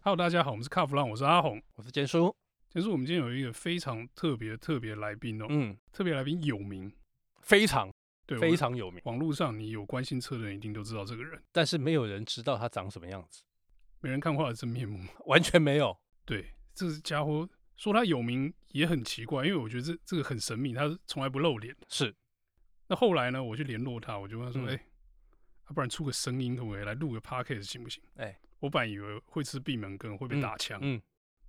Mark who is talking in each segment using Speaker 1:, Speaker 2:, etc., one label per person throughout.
Speaker 1: Hello，大家好，我们是卡弗朗，我是阿红。
Speaker 2: 我是杰叔。
Speaker 1: 就是我们今天有一个非常特别特别来宾哦，
Speaker 2: 嗯，
Speaker 1: 特别来宾有名，
Speaker 2: 非常
Speaker 1: 对，
Speaker 2: 非
Speaker 1: 我
Speaker 2: 常有名，
Speaker 1: 网络上你有关心车的人一定都知道这个人，
Speaker 2: 但是没有人知道他长什么样子，
Speaker 1: 没人看过他的真面目。
Speaker 2: 完全没有。
Speaker 1: 对，这家伙说他有名也很奇怪，因为我觉得这这个很神秘，他是从来不露脸。
Speaker 2: 是，
Speaker 1: 那后来呢，我去联络他，我就问他说：“
Speaker 2: 嗯
Speaker 1: 哎、啊不然出个声音可不可以来录个 podcast 行不行？”
Speaker 2: 哎
Speaker 1: 我本来以为会吃闭门羹会被打枪，
Speaker 2: 嗯，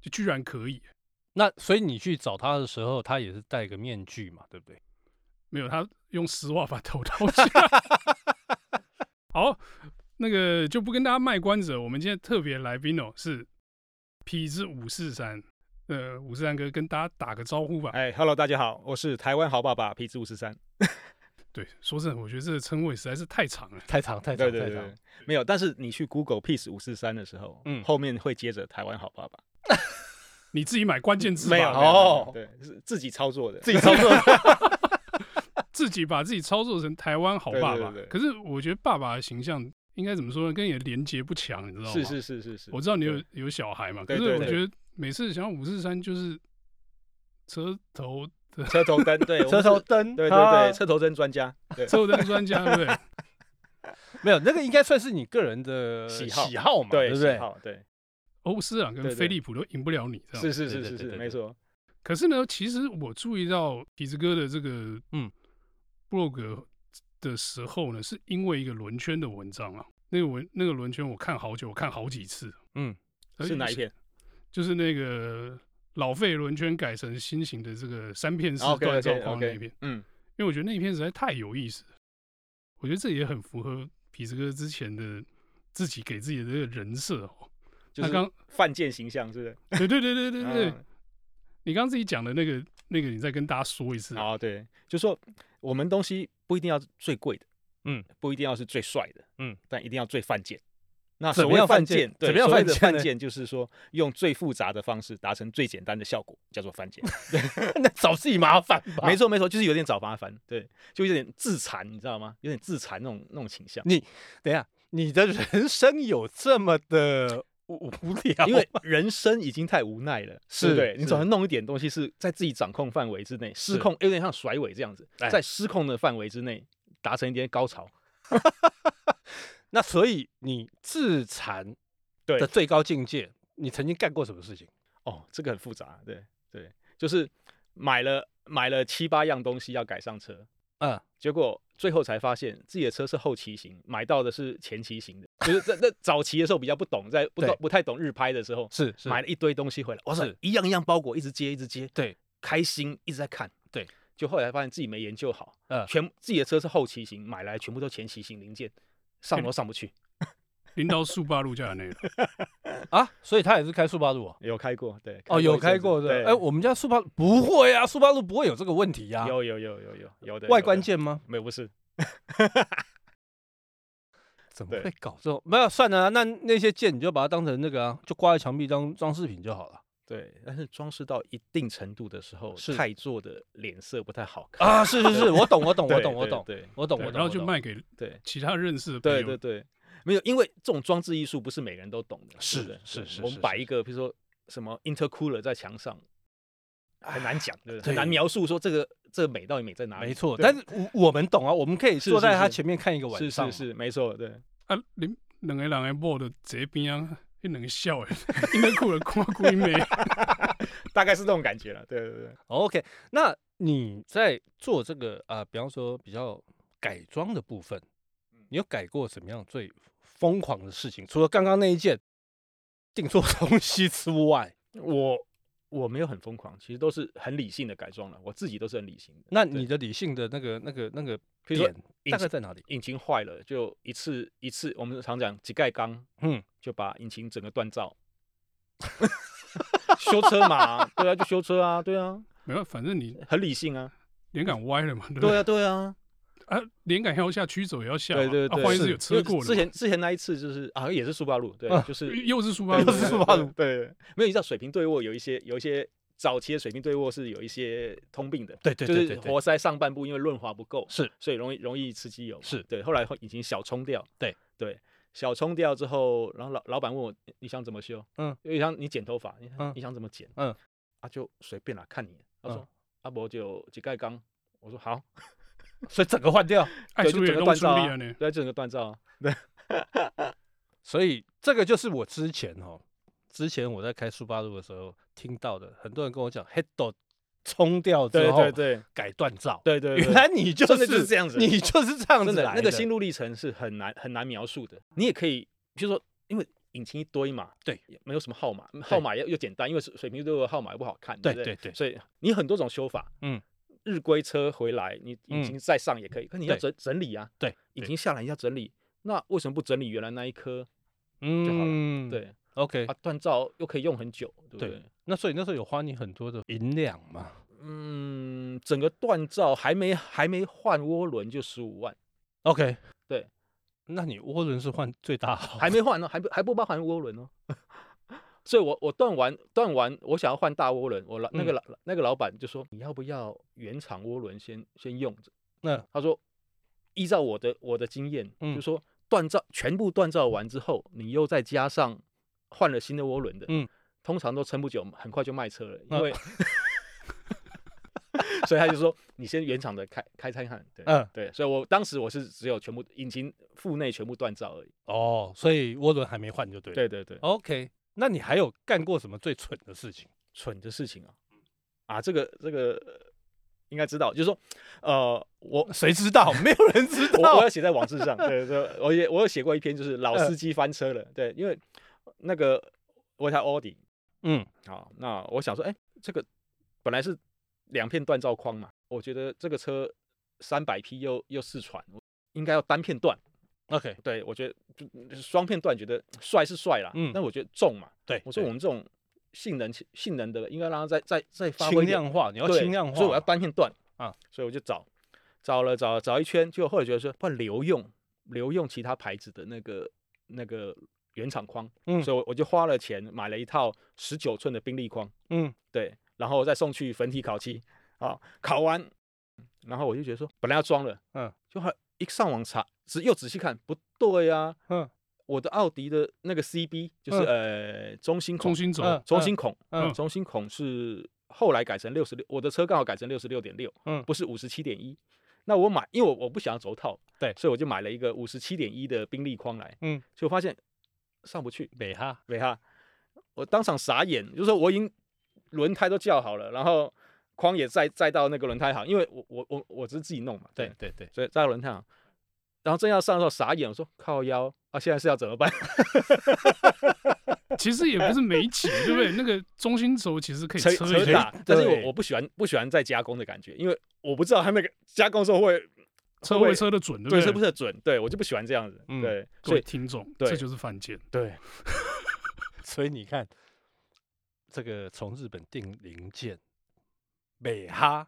Speaker 1: 就居然可以。
Speaker 2: 那所以你去找他的时候，他也是戴个面具嘛，对不对？
Speaker 1: 没有，他用实话把头掏下。 好，那个就不跟大家卖关子了。我们今天特别来宾哦是痞子五四三，呃，五四三哥跟大家打个招呼吧。
Speaker 3: 哎，Hello，大家好，我是台湾好爸爸皮子五十三。
Speaker 1: 对，说真的，我觉得这个称谓实在是太长了。
Speaker 2: 太长，太
Speaker 3: 对
Speaker 2: 长，
Speaker 3: 对
Speaker 2: 太
Speaker 3: 对
Speaker 2: 长。，
Speaker 3: 没有。但是你去 Google Peace 五四三的时候，
Speaker 2: 嗯
Speaker 3: 嗯，后面会接着台湾好爸爸。
Speaker 1: 你自己买关键字吧
Speaker 3: 没有，没有
Speaker 2: 哦
Speaker 3: 没有对，是自己操作的。
Speaker 2: 自己操作。
Speaker 1: 自己把自己操作成台湾好爸爸。
Speaker 3: 对对对对
Speaker 1: 可是我觉得爸爸的形象应该怎么说呢？跟你的连接不强，你知道吗？
Speaker 3: 是是是是是，
Speaker 1: 我知道你有
Speaker 3: 对
Speaker 1: 有小孩嘛，可
Speaker 3: 对
Speaker 1: 是
Speaker 3: 对
Speaker 1: 我
Speaker 3: 对
Speaker 1: 觉得每次想到五四三就是车头
Speaker 3: 车头灯， 对，我
Speaker 2: 车
Speaker 3: 们
Speaker 2: 头
Speaker 3: 是，
Speaker 2: 灯，
Speaker 3: 对对
Speaker 2: 啊
Speaker 3: 对，车头灯专家，对，
Speaker 1: 车灯专家，对不对？
Speaker 2: 没有那个应该算是你个人的
Speaker 3: 喜 好
Speaker 2: 喜好嘛，
Speaker 3: 对
Speaker 2: 不
Speaker 3: 喜
Speaker 2: 对？
Speaker 3: 好，对，
Speaker 1: 欧斯朗跟
Speaker 3: 对对
Speaker 1: 飞利浦都赢不了你，这样。
Speaker 3: 是是
Speaker 2: 对
Speaker 3: 是
Speaker 2: 对
Speaker 3: 是
Speaker 2: 对对
Speaker 3: 是，
Speaker 2: 对
Speaker 3: 没错，
Speaker 1: 可是呢，其实我注意到痞子哥的这个
Speaker 2: 嗯
Speaker 1: blog 的时候呢，是因为一个轮圈的文章啊，那个文那个轮圈我看好久，我看好几次。
Speaker 2: 嗯，
Speaker 1: 而
Speaker 3: 是哪一？篇？
Speaker 1: 就是那个老废轮圈改成新型的这个三片
Speaker 3: 啊
Speaker 1: 式锻造
Speaker 3: OK，OK，OK
Speaker 1: 框那一篇，
Speaker 3: 嗯，
Speaker 1: 因为我觉得那一篇实在太有意思了。我觉得这也很符合痞子哥之前的自己给自己的这个人设哦。
Speaker 3: 就
Speaker 1: 他
Speaker 3: 是
Speaker 1: 刚
Speaker 3: 犯贱形象，是不
Speaker 1: 对对对对对
Speaker 3: 是？
Speaker 1: 对，
Speaker 3: 嗯
Speaker 1: 你刚刚自己讲的那个那个，你再跟大家说一次。
Speaker 3: 啊，对，就说我们东西不一定要最贵的，
Speaker 2: 嗯，
Speaker 3: 不一定要是最帅的，
Speaker 2: 嗯，
Speaker 3: 但一定要最犯贱。那
Speaker 2: 怎
Speaker 3: 所
Speaker 2: 么
Speaker 3: 谓
Speaker 2: 样犯
Speaker 3: 犯
Speaker 2: 贱
Speaker 3: 贱，对
Speaker 2: 怎么样
Speaker 3: 所谓
Speaker 2: 犯
Speaker 3: 的
Speaker 2: 贱呢
Speaker 3: 犯贱就是说用最复杂的方式达成最简单的效果，叫做 犯贱。
Speaker 2: 那找自己麻烦吧。
Speaker 3: 没，错没错，就是有点找麻烦，对，就有点自残，你知道吗？有点自残那种那种倾向。
Speaker 2: 等一下，你的人生有这么的无 无聊？
Speaker 3: 因为人生已经太无奈了，对
Speaker 2: 是
Speaker 3: 不对？你
Speaker 2: 是
Speaker 3: 总要弄一点东西是在自己掌控范围之内，失
Speaker 2: 是
Speaker 3: 控有点像甩尾这样子
Speaker 2: 哎，
Speaker 3: 在失控的范围之内达成一点高潮。
Speaker 2: 那所以你自残
Speaker 3: 对
Speaker 2: 的最高境界，你曾经干过什么事情？
Speaker 3: 哦，这个很复杂，对对，就是买了买了七八样东西要改上车，
Speaker 2: 嗯，
Speaker 3: 结果最后才发现自己的车是后骑型，买到的是前骑型的，就是在那早期的时候比较不懂，在不
Speaker 2: 对
Speaker 3: 懂不太懂日拍的时候，
Speaker 2: 是是
Speaker 3: 买了一堆东西回来，哇塞
Speaker 2: 是，
Speaker 3: 一样一样包裹，一直接一直接，
Speaker 2: 对，
Speaker 3: 开心一直在看，
Speaker 2: 对，
Speaker 3: 就后来发现自己没研究好，
Speaker 2: 嗯
Speaker 3: 全自己的车是后骑型，买来全部都前骑型零件，上楼上不去，
Speaker 1: 领导速八路架的 那个，
Speaker 2: 啊，所以他也是开速八路哦。
Speaker 3: 有开过，对，
Speaker 2: 哦， 有
Speaker 3: 一阵
Speaker 2: 开
Speaker 3: 子
Speaker 2: 过的。
Speaker 3: 对，
Speaker 2: 哎，我们家速八路不会啊，速八路不会有这个问题呀、
Speaker 3: 有有有有有有的
Speaker 2: 外
Speaker 3: 有
Speaker 2: 观
Speaker 3: 的
Speaker 2: 键吗？
Speaker 3: 没有不是，
Speaker 2: 怎么
Speaker 3: 对
Speaker 2: 会搞这种？没有，算了啊、那那些键你就把它当成那个啊，就挂在墙壁当装饰品就好了。
Speaker 3: 对，但是装饰到一定程度的时候，
Speaker 2: 是
Speaker 3: 太做的脸色不太好 看。
Speaker 2: 啊，是是是，我懂，我懂，我
Speaker 3: 对
Speaker 2: 懂，我
Speaker 3: 对
Speaker 2: 懂，哎
Speaker 3: 对
Speaker 2: 我懂，
Speaker 1: 对
Speaker 2: 我懂。
Speaker 1: 然后
Speaker 2: 我
Speaker 1: 就
Speaker 2: 懂
Speaker 1: 卖给
Speaker 3: 对
Speaker 1: 其他认识的朋
Speaker 3: 对
Speaker 1: 友。
Speaker 3: 对对，没有，因为这种装置艺术不是每个人都懂的。
Speaker 2: 是
Speaker 3: 对不对
Speaker 2: 是
Speaker 3: 对
Speaker 2: 是
Speaker 3: 我
Speaker 2: 是
Speaker 3: 们摆一个，比如说什么 intercooler 在墙上，很难讲，对不对很难
Speaker 2: 啊对
Speaker 3: 描述说这个这个美到底美在哪里。
Speaker 2: 没错。
Speaker 3: 对
Speaker 2: 但是我我们懂啊，我们可以
Speaker 3: 是
Speaker 2: 坐
Speaker 3: 是
Speaker 2: 在他
Speaker 3: 是
Speaker 2: 前面看一个晚
Speaker 3: 是
Speaker 2: 上嘛。
Speaker 3: 是是，没错，对。
Speaker 1: 啊，你两个人的某的这边啊，那两个笑的，因为哭了看鬼妹。
Speaker 3: 大概是这种感觉了，对对对，
Speaker 2: OK，那你在做这个啊、呃比方说比较改装的部分，
Speaker 3: 嗯
Speaker 2: 你有改过什么样最疯狂的事情？除了刚刚那一件订错东西之外，
Speaker 3: 我我没有很疯狂，其实都是很理性的改装了，我自己都是很理性的。
Speaker 2: 那
Speaker 3: 对
Speaker 2: 你的理性的那个、那个、那个
Speaker 3: 比如说
Speaker 2: 点大
Speaker 3: 引
Speaker 2: 概
Speaker 3: 擎
Speaker 2: 在哪里？
Speaker 3: 引擎坏了，就一次一次，我们常讲几盖缸，
Speaker 2: 嗯，
Speaker 3: 就把引擎整个锻造， 修车嘛，对啊，就修车啊，对啊，
Speaker 1: 没有，反正你
Speaker 3: 很理性啊，
Speaker 1: 脸杆歪了嘛，对不
Speaker 3: 对啊，对啊，
Speaker 1: 啊，脸杆要下，曲走也要下嘛。
Speaker 3: 对对
Speaker 1: 啊
Speaker 3: 对，
Speaker 1: 换一次
Speaker 3: 是
Speaker 1: 有车过
Speaker 3: 因为之
Speaker 1: 的嘛，嗯
Speaker 3: 前之前那一次就是啊，也是苏巴路，对
Speaker 2: 啊，
Speaker 3: 就是
Speaker 1: 又是书包
Speaker 3: 对，
Speaker 1: 路
Speaker 2: 又是
Speaker 3: 对
Speaker 2: 苏巴
Speaker 3: 对
Speaker 2: 路
Speaker 3: 对，对没有，你知道水平对卧有一些有一些。早期的水平对卧是有一些通病的，
Speaker 2: 对对对对
Speaker 3: 就是
Speaker 2: 对
Speaker 3: 活塞上半部因为润滑不够，
Speaker 2: 是
Speaker 3: 所以容易容易吃机油嘛，
Speaker 2: 是
Speaker 3: 对，后来引擎小冲掉，
Speaker 2: 对
Speaker 3: 对，小冲掉之后，然后老老板问我你想怎么修？
Speaker 2: 嗯，
Speaker 3: 有点像你剪头发，你
Speaker 2: 嗯
Speaker 3: 你想怎么剪？
Speaker 2: 嗯，
Speaker 3: 啊就随便啦，看你。他说
Speaker 2: 嗯
Speaker 3: 阿伯就几盖钢，我说 好，
Speaker 2: 所以整个换掉。
Speaker 1: 爱
Speaker 3: 对
Speaker 1: 出
Speaker 3: 就
Speaker 1: 也
Speaker 3: 整个
Speaker 1: 弄
Speaker 3: 锻
Speaker 1: 出
Speaker 3: 造
Speaker 1: 力
Speaker 3: 啊
Speaker 1: 了呢。
Speaker 3: 对，整个锻造啊。
Speaker 2: 所以这个就是我之前哦，之前我在开速八路的时候听到的，很多人跟我讲 head dot 冲掉之
Speaker 3: 对
Speaker 2: 后
Speaker 3: 对对
Speaker 2: 改锻造，
Speaker 3: 对对，对
Speaker 2: 原来你就
Speaker 3: 真
Speaker 2: 是
Speaker 3: 的就是这样子
Speaker 2: 你就是这样子
Speaker 3: 真的
Speaker 2: 来
Speaker 3: 那个
Speaker 2: 的
Speaker 3: 心路历程是很难很难描述的。你也可以，比如说，因为引擎一堆嘛，
Speaker 2: 对，
Speaker 3: 也没有什么号码，号码又又简单，因为水水平六的号码又不好看，
Speaker 2: 对
Speaker 3: 不对
Speaker 2: 对对
Speaker 3: 所以你很多种修法，
Speaker 2: 嗯。
Speaker 3: 日规车回来，你
Speaker 2: 嗯
Speaker 3: 引擎再上也可以，可你要
Speaker 2: 对
Speaker 3: 整整理啊。
Speaker 2: 对
Speaker 3: 引
Speaker 2: 对
Speaker 3: 擎下来要整理，那为什么不整理原来那一颗？就好了
Speaker 2: 嗯，
Speaker 3: 对，
Speaker 2: ，OK，
Speaker 3: 啊，锻造又可以用很久，对不
Speaker 2: 对
Speaker 3: 对？
Speaker 2: 那所以那时候有花你很多的银两嘛，
Speaker 3: 嗯，整个锻造还没还没换涡轮就十五万，
Speaker 2: OK，
Speaker 3: 对，
Speaker 2: 那你涡轮是换最大号，
Speaker 3: 还没换呢，还不还不包含涡轮哦。 所以我，我断完断完，我想要换大涡轮，我老那个
Speaker 2: 嗯
Speaker 3: 老、那个老板就说你要不要原厂涡轮先先用着？
Speaker 2: 那
Speaker 3: 他说依照我的我的经验，
Speaker 2: 嗯
Speaker 3: 就说锻造全部锻造完之后，你又再加上换了新的涡轮的，
Speaker 2: 嗯，
Speaker 3: 通常都撑不久，很快就卖车了，因
Speaker 2: 嗯
Speaker 3: 为、 所以他就说你先原厂的开开拆看，对，
Speaker 2: 嗯
Speaker 3: 对，所以我当时我是只有全部引擎腹内全部锻造而已，
Speaker 2: 哦，所以涡轮还没换就对了。
Speaker 3: 对对对。
Speaker 2: ，OK，那你还有干过什么最蠢的事情？
Speaker 3: 蠢的事情啊，啊，这个这个呃应该知道，就是说，呃， 我
Speaker 2: 谁知道？没有人知
Speaker 3: 我我
Speaker 2: 道嗯
Speaker 3: 要。写在网志上，对对，我也我有写过一篇，就是老司机翻车了，对，因为那个我有台奥迪
Speaker 2: 嗯，
Speaker 3: 啊，那我想说，哎、这个本来是两片锻造框嘛，我觉得这个车三百匹又又四传，应该要单片断，
Speaker 2: ，OK，
Speaker 3: 对我觉得就就是双片段觉得帅是帅啦，
Speaker 2: 嗯
Speaker 3: 但我觉得重嘛，
Speaker 2: 对，
Speaker 3: 我说
Speaker 2: 对
Speaker 3: 我们这种性能性能的应该让它再再再发挥
Speaker 2: 轻
Speaker 3: 一点
Speaker 2: 量化，你要
Speaker 3: 对
Speaker 2: 轻量化嘛，
Speaker 3: 所以我要单片断
Speaker 2: 啊，
Speaker 3: 所以我就找找了找找一圈，就后来觉得说，不然留用留用其他牌子的那个那个原厂框，
Speaker 2: 嗯
Speaker 3: 所以我我就花了钱买了一套十九寸的宾利框，
Speaker 2: 嗯
Speaker 3: 对，然后再送去粉体烤漆，啊，烤完，然后我就觉得说，本来要装了，
Speaker 2: 嗯，
Speaker 3: 就后来一上网查，仔又仔细看，不对啊，
Speaker 2: 嗯
Speaker 3: 我的奥迪的那个 CB 就是、呃中心孔
Speaker 1: 中，心轴
Speaker 2: 嗯
Speaker 3: 中心孔，
Speaker 2: 嗯
Speaker 3: 中心孔是后来改成六十六，我的车刚好改成六十六点六，
Speaker 2: 嗯
Speaker 3: 不是五十七点一。那我买，因为我我不想要轴套，
Speaker 2: 对
Speaker 3: 所以我就买了一个五十七点一的宾利框来，
Speaker 2: 嗯，
Speaker 3: 结果发现上不去，
Speaker 2: 美哈，
Speaker 3: 伟哈，我当场傻眼，就是说我已经轮胎都叫好了，然后框也载载到那个轮胎行，因为我我我我只是自己弄嘛，
Speaker 2: 对，对对，
Speaker 3: 所以载到轮胎行，然后正要上的时候傻眼，我说靠腰啊，现在是要怎么办？
Speaker 1: 其实也不是没挤，对不对？那个中心轴其实可以
Speaker 3: 车
Speaker 1: 车一
Speaker 3: 车
Speaker 1: 下
Speaker 3: 打，但是
Speaker 2: 对
Speaker 3: 我我不喜欢不喜欢再加工的感觉，因为我不知道它那个加工的时候会
Speaker 1: 车会车的准，
Speaker 3: 对
Speaker 1: 对
Speaker 3: 是
Speaker 1: 不
Speaker 3: 不
Speaker 1: 对？
Speaker 3: 是准，对我就不喜欢这样子，
Speaker 2: 嗯
Speaker 3: 对，
Speaker 1: 各
Speaker 3: 所
Speaker 1: 位
Speaker 3: 以
Speaker 1: 听众，
Speaker 3: 对
Speaker 1: 这就是犯贱。
Speaker 3: 对
Speaker 2: 所以你看，这个从日本订零件，美哈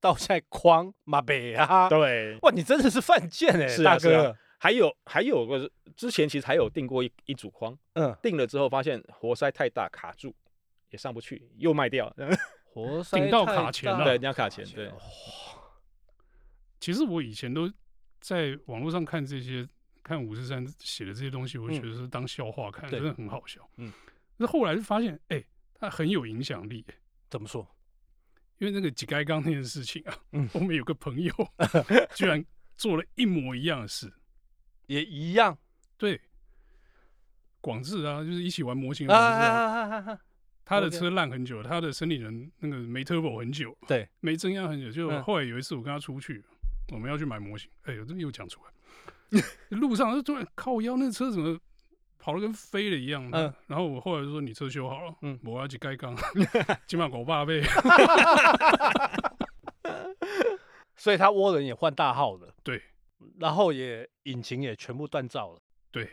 Speaker 2: 到现在框嘛美哈，
Speaker 3: 对，
Speaker 2: 哇，你真的是犯贱哎，
Speaker 3: 是啊
Speaker 2: 大
Speaker 3: 是啊
Speaker 2: 哥，
Speaker 3: 还有还有个之前其实还有订过一一组框，
Speaker 2: 嗯，
Speaker 3: 订了之后发现活塞太大卡住，也上不去，又卖掉，
Speaker 2: 活塞
Speaker 1: 塞到
Speaker 2: 太
Speaker 1: 卡钳
Speaker 2: 大
Speaker 1: 了
Speaker 3: 对你要卡钳
Speaker 2: 钳
Speaker 3: 对
Speaker 2: 哇
Speaker 1: 其实我以前都在网络上看这些，看五十三写的这些东西，我
Speaker 2: 嗯
Speaker 1: 觉得是当笑话看，
Speaker 2: 对
Speaker 1: 真的很好笑。
Speaker 2: 嗯，
Speaker 1: 那后来就发现，哎、它很有影响力、
Speaker 2: 怎么说？
Speaker 1: 因为那个几盖缸那件事情啊，
Speaker 2: 嗯
Speaker 1: 我们有个朋 友居然做了一模一样的事，
Speaker 2: 也一样
Speaker 1: 对，广志啊，就是一起玩模型
Speaker 3: 嗯
Speaker 1: 的
Speaker 2: 啊
Speaker 1: 广志啊，
Speaker 2: 啊啊啊啊！
Speaker 1: 他的
Speaker 2: OK
Speaker 1: 车烂很久，他的生理人那个没 turbo 很久，
Speaker 2: 对，
Speaker 1: 没增压很久。就
Speaker 2: 嗯
Speaker 1: 后来有一次我跟他出去，我们要去买模型，哎、呦，这又讲出来， 路上就突然靠腰，那车怎么跑得跟飞了一样？
Speaker 2: 嗯
Speaker 1: 嗯，然后我后来就说你车修好了，
Speaker 2: 嗯
Speaker 1: 嗯，我要去盖缸， 今晚狗爸 被，
Speaker 2: 所以他涡轮也换大号了，
Speaker 1: 对，
Speaker 2: 然后也引擎也全部锻造了，
Speaker 1: 对，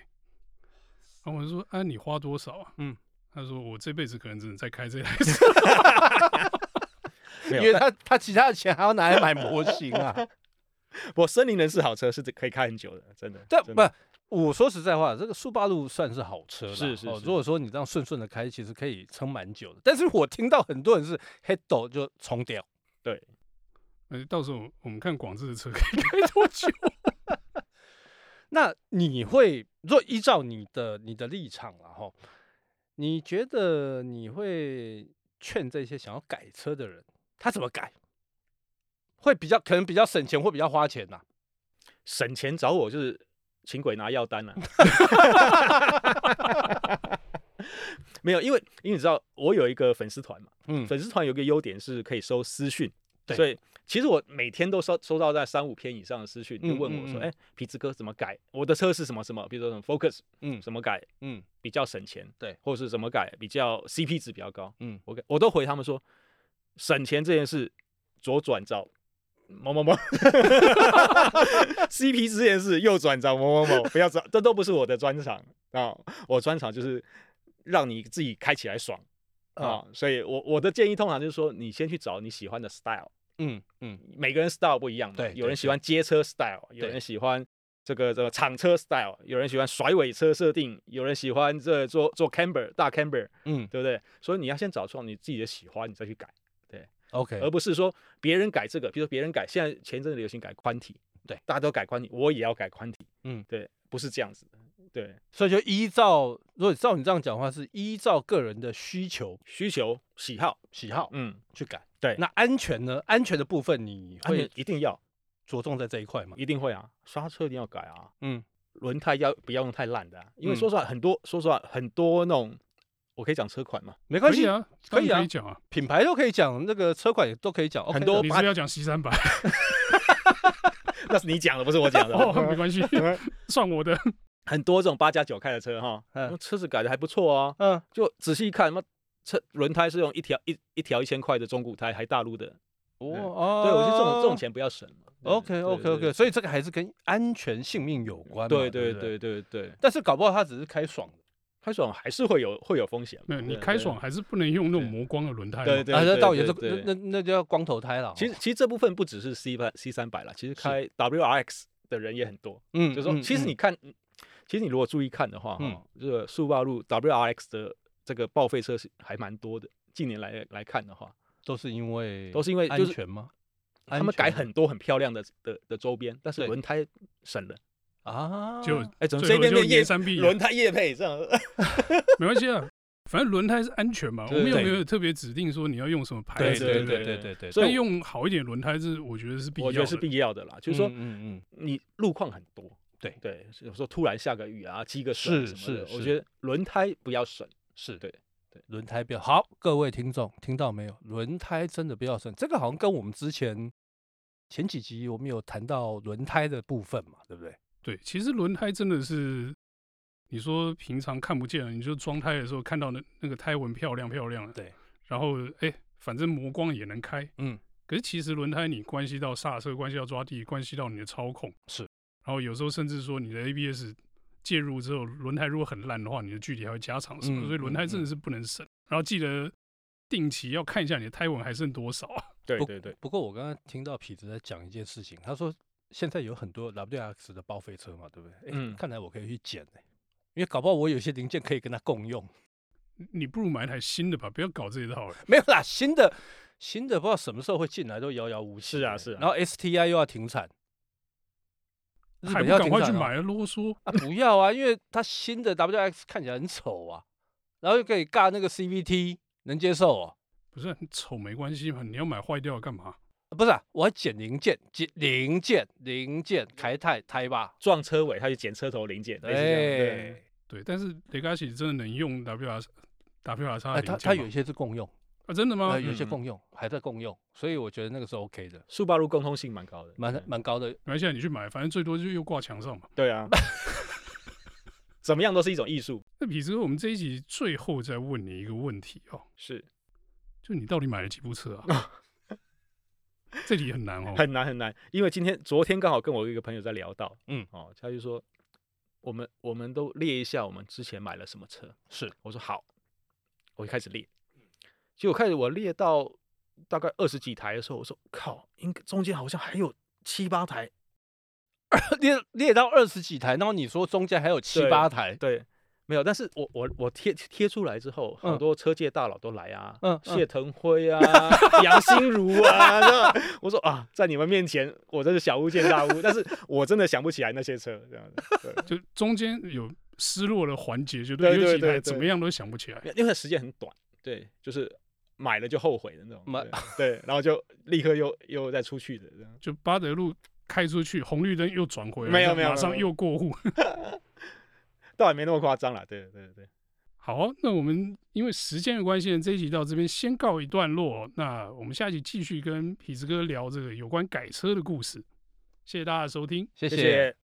Speaker 1: 然后我就说啊，你花多少啊？
Speaker 2: 嗯
Speaker 1: 嗯，他说我这辈子可能只能再开这台 车，
Speaker 3: 没
Speaker 2: 因为
Speaker 3: 有
Speaker 2: 他他其他的钱还要拿来买模型啊。
Speaker 3: 我森林人是好车，是可以开很久的，真的。
Speaker 2: 但
Speaker 3: 真
Speaker 2: 不
Speaker 3: 的，
Speaker 2: 我说实在话，这个速八路算是好车啦
Speaker 3: 是是
Speaker 2: 哦
Speaker 3: 是
Speaker 2: 如果说你这样顺顺的开，其实可以撑蛮久的。但是我听到很多人是 head door 就冲掉，
Speaker 1: 呃，到时候我们看广志的车可以开多久？
Speaker 2: 那你会若依照你的你的立场了哈，你觉得你会劝这些想要改车的人，他怎么改？会比较可能比较省钱，会比较花钱呐、
Speaker 3: 省钱找我就是请鬼拿药单啊了、 没有，因为因为你知道我有一个粉丝团嘛，
Speaker 2: 嗯，
Speaker 3: 粉丝团有一个优点是可以收私讯，
Speaker 2: 对
Speaker 3: 所以其实我每天都收收到在三五篇以上的私讯，就
Speaker 2: 嗯
Speaker 3: 问
Speaker 2: 嗯
Speaker 3: 我说，
Speaker 2: 嗯
Speaker 3: 哎、皮子哥怎么改？我的车是什么什么？比如说什么 Focus
Speaker 2: 嗯
Speaker 3: 怎么改
Speaker 2: 嗯
Speaker 3: 比较省钱？
Speaker 2: 对，
Speaker 3: 或是怎么改比较 CP 值比较高？
Speaker 2: 嗯，
Speaker 3: 我给我都回他们说，省钱这件事左转找某某 某 ，CP 值这件事右转找某某某，不要找，这都不是我的专长啊、我专长就是让你自己开起来爽啊、所以我我的建议通常就是说，你先去找你喜欢的 style，
Speaker 2: 嗯嗯
Speaker 3: 每个人 style 不一样嘛，
Speaker 2: 对
Speaker 3: 有
Speaker 2: 对
Speaker 3: 人喜欢街车 style，有
Speaker 2: 对
Speaker 3: 人喜欢。这个这个厂车 style，有人喜欢甩尾车设定，有人喜欢这做做 camber 大 camber，
Speaker 2: 嗯
Speaker 3: 对不对？所以你要先找出你自己的喜欢，你再去改，
Speaker 2: ，OK，
Speaker 3: 而不是说别人改这个，比如说别人改，现在前一阵子流行改宽体，
Speaker 2: 对，
Speaker 3: 大家都改宽体，我也要改宽体，
Speaker 2: 嗯
Speaker 3: 对，不是这样子的，对，
Speaker 2: 所以就依照，如果照你这样讲的话，是依照个人的需求
Speaker 3: 需求喜好，
Speaker 2: 喜好
Speaker 3: 嗯，
Speaker 2: 去改。
Speaker 3: 对
Speaker 2: 那安全呢？安全的部分啊你
Speaker 3: 而且
Speaker 2: 会
Speaker 3: 一定要，
Speaker 2: 着重在这一块吗？
Speaker 3: 一定会啊，刹车一定要改啊，
Speaker 2: 嗯，
Speaker 3: 轮胎要不要用太烂的、啊，因为
Speaker 2: 嗯
Speaker 3: 说实话，很多、说实话，很多那种，我可以讲车款嘛，
Speaker 2: 没关
Speaker 1: 可以
Speaker 2: 系，
Speaker 1: 啊，
Speaker 2: 可以
Speaker 1: 当
Speaker 2: 啊
Speaker 1: 然可以讲啊。
Speaker 2: 品牌都可以讲，那个车款也都可以讲，
Speaker 3: 很多
Speaker 1: 你是不是要讲 C 三百
Speaker 3: 那是你讲的，不是我讲 的。
Speaker 1: 哦，没 关系，算我的。
Speaker 3: 很多这种八加九开的车哈，
Speaker 2: 嗯
Speaker 3: 车子改的还不错啊，
Speaker 2: 嗯
Speaker 3: 就仔细一看，妈车轮胎是用一条一一条一千块的中古胎，还大陆的，
Speaker 2: 哦
Speaker 3: 对
Speaker 2: 哦
Speaker 3: 对，我觉得这种这种。钱不要省嘛。
Speaker 2: OK OK OK，所以这个还是跟安全性命有关嘛。
Speaker 3: 对
Speaker 2: 对
Speaker 3: 对
Speaker 2: 不。
Speaker 3: 对对对，
Speaker 2: 但是搞不好他只是开爽的，
Speaker 3: 开爽还是会有会有风险嘛。
Speaker 1: 那你
Speaker 3: 对
Speaker 1: 开爽，还是不能用那种磨光的轮胎嘛。
Speaker 3: 对对
Speaker 2: 啊，那
Speaker 3: 对
Speaker 2: 倒也
Speaker 3: 对
Speaker 2: 是
Speaker 3: 对
Speaker 2: 那那那就要光头胎了哦。
Speaker 3: 其实其实这部分不只是 C 三 C 三百了，其实开 WRX 的人也很多。
Speaker 2: 嗯，
Speaker 3: 就是说，
Speaker 2: 嗯
Speaker 3: 其实
Speaker 2: 嗯
Speaker 3: 你看，其实你如果注意看的话，
Speaker 2: 嗯
Speaker 3: 哈，这个速霸路 WRX 的这个报废车是还蛮多的。近年来来看的话，
Speaker 2: 都是因为
Speaker 3: 都是因为
Speaker 2: 安
Speaker 3: 就是
Speaker 2: 全吗？
Speaker 3: 他们
Speaker 2: 安
Speaker 3: 改
Speaker 2: 全
Speaker 3: 很多很漂亮的的的周边，但是
Speaker 2: 对
Speaker 3: 轮胎省了。
Speaker 2: 啊，
Speaker 1: 就
Speaker 3: 哎，怎么
Speaker 1: 最
Speaker 3: 这
Speaker 1: 后
Speaker 3: 边
Speaker 1: 就
Speaker 3: 变
Speaker 1: 延
Speaker 3: 夜
Speaker 1: 三臂
Speaker 3: 轮胎夜配这样？
Speaker 1: 没关系啊，反正轮胎是安全嘛。我
Speaker 3: 对
Speaker 1: 们有
Speaker 3: 对
Speaker 1: 没有特别指定说你要用什么牌
Speaker 2: 对
Speaker 1: 子？
Speaker 2: 对
Speaker 1: 不
Speaker 2: 对对对对，
Speaker 3: 所以
Speaker 1: 但
Speaker 3: 我
Speaker 1: 用好一点轮胎是，我觉得是必要
Speaker 3: 我
Speaker 1: 的。
Speaker 3: 觉得是必要的啦，就是说
Speaker 2: 嗯嗯
Speaker 3: 你路况很多，
Speaker 2: 对
Speaker 3: 对，有时候突然下个雨啊，积个水啊
Speaker 2: 是
Speaker 3: 什么的
Speaker 2: 是
Speaker 3: 我
Speaker 2: 是
Speaker 3: 觉得轮胎不要省，
Speaker 2: 是
Speaker 3: 对对，
Speaker 2: 轮胎不要好，各位听众听到没有？轮胎真的不要省，这个好像跟我们之前前几集我们有谈到轮胎的部分嘛，对不对？
Speaker 1: 对，其实轮胎真的是，你说平常看不见，你就装胎的时候看到那那个胎纹漂亮漂亮的，
Speaker 2: 对，
Speaker 1: 然后哎，反正磨光也能开，
Speaker 2: 嗯，
Speaker 1: 可是其实轮胎你关系到刹车，关系到抓地，关系到你的操控，
Speaker 2: 是，
Speaker 1: 然后有时候甚至说你的 ABS 介入之后，轮胎如果很烂的话，你的距离还会加长什么的，
Speaker 2: 嗯
Speaker 1: 所以轮胎
Speaker 2: 嗯
Speaker 1: 真的是不能省，然后记得。定期要看一下你的胎纹还剩多少啊？
Speaker 3: 对
Speaker 2: 不
Speaker 3: 对对，
Speaker 2: 不过我刚刚听到痞子在讲一件事情，他说现在有很多 WX 的报废车嘛，对不对？哎、
Speaker 3: 嗯
Speaker 2: 看来我可以去捡、欸、因为搞不好我有些零件可以跟他共用。
Speaker 1: 你不如买一台新的吧，不要搞这一套了。
Speaker 2: 没有啦，新的新的不知道什么时候会进来，都遥遥无期欸。
Speaker 3: 是啊是啊
Speaker 2: 然后 STI 又要停产，日
Speaker 1: 还
Speaker 2: 本
Speaker 1: 不
Speaker 2: 要
Speaker 1: 赶
Speaker 2: 停
Speaker 1: 快
Speaker 2: 产
Speaker 1: 去
Speaker 2: 哦
Speaker 1: 买啊，啰嗦。
Speaker 2: 啊？不要啊，因为它新的 WX 看起来很丑啊，然后又可以尬那个 CVT，能接受哦、
Speaker 1: 不是很丑没关系嘛，你要买坏掉干嘛？
Speaker 2: 啊不是、啊，我要捡零件，捡零件，零件，开泰胎吧。
Speaker 3: 撞车尾他就捡车头零件，类似这样对，
Speaker 2: 对，
Speaker 1: 对，但是雷卡西真的能用 W R W
Speaker 3: 啊
Speaker 1: R 叉
Speaker 2: 哎，
Speaker 1: 零件
Speaker 2: 它它
Speaker 1: 吗
Speaker 2: 有一些是共用，
Speaker 1: 啊，真的吗
Speaker 2: 呃，？有一些
Speaker 3: 嗯
Speaker 2: 共用，还在共用，所以我觉得那个是 OK 的，
Speaker 3: 速霸路共通性蛮高的，
Speaker 2: 蛮
Speaker 3: 对
Speaker 2: 蛮高的。
Speaker 1: 没关系啊，你去买，反正最多就又挂墙上嘛。
Speaker 3: 对啊，怎么样都是一种艺术，
Speaker 1: 那比之，我们这一集最后再问你一个问题哦，
Speaker 3: 是
Speaker 1: 就你到底买了几部车 啊？这题很难哦。
Speaker 3: 很难很难，因为今天昨天刚好跟我一个朋友在聊到，
Speaker 2: 嗯
Speaker 3: 哦，他就说我们我们都列一下我们之前买了什么车，
Speaker 2: 是，
Speaker 3: 我说好，我就开始列，结果开始我列到大概二十几台的时候，我说靠，应该中间好像还有七八台，
Speaker 2: 列列到二十几台，然后你说中间还有七
Speaker 3: 对
Speaker 2: 八台，
Speaker 3: 对没有，但是我我我贴贴出来之后，
Speaker 2: 嗯
Speaker 3: 很多车界大佬都来啊，
Speaker 2: 嗯嗯
Speaker 3: 谢腾辉啊， 杨心如啊，这样我说啊，在你们面前我真是小巫见大巫，但是我真的想不起来那些车这样子， 对
Speaker 1: 就中间有失落的环节，就
Speaker 3: 对对
Speaker 1: 有几台
Speaker 3: 对
Speaker 1: 怎么
Speaker 3: 对
Speaker 1: 样都想不起来。
Speaker 3: 因为时间很短，对，就是买了就后悔的那种，
Speaker 2: 买
Speaker 3: 对对，然后就立刻又又再出去的这样。
Speaker 1: 就巴德路开出去，红绿灯又转回来，
Speaker 3: 没有
Speaker 1: 就
Speaker 3: 没有
Speaker 1: 马上
Speaker 3: 没有
Speaker 1: 又过户。
Speaker 3: 倒也没那么夸张啦，对对对，
Speaker 1: 好，哦那我们因为时间的关系呢，这一集到这边先告一段落。哦那我们下一集继续跟痞子哥聊这个有关改车的故事。谢谢大家的收听。
Speaker 2: 谢
Speaker 3: 谢谢。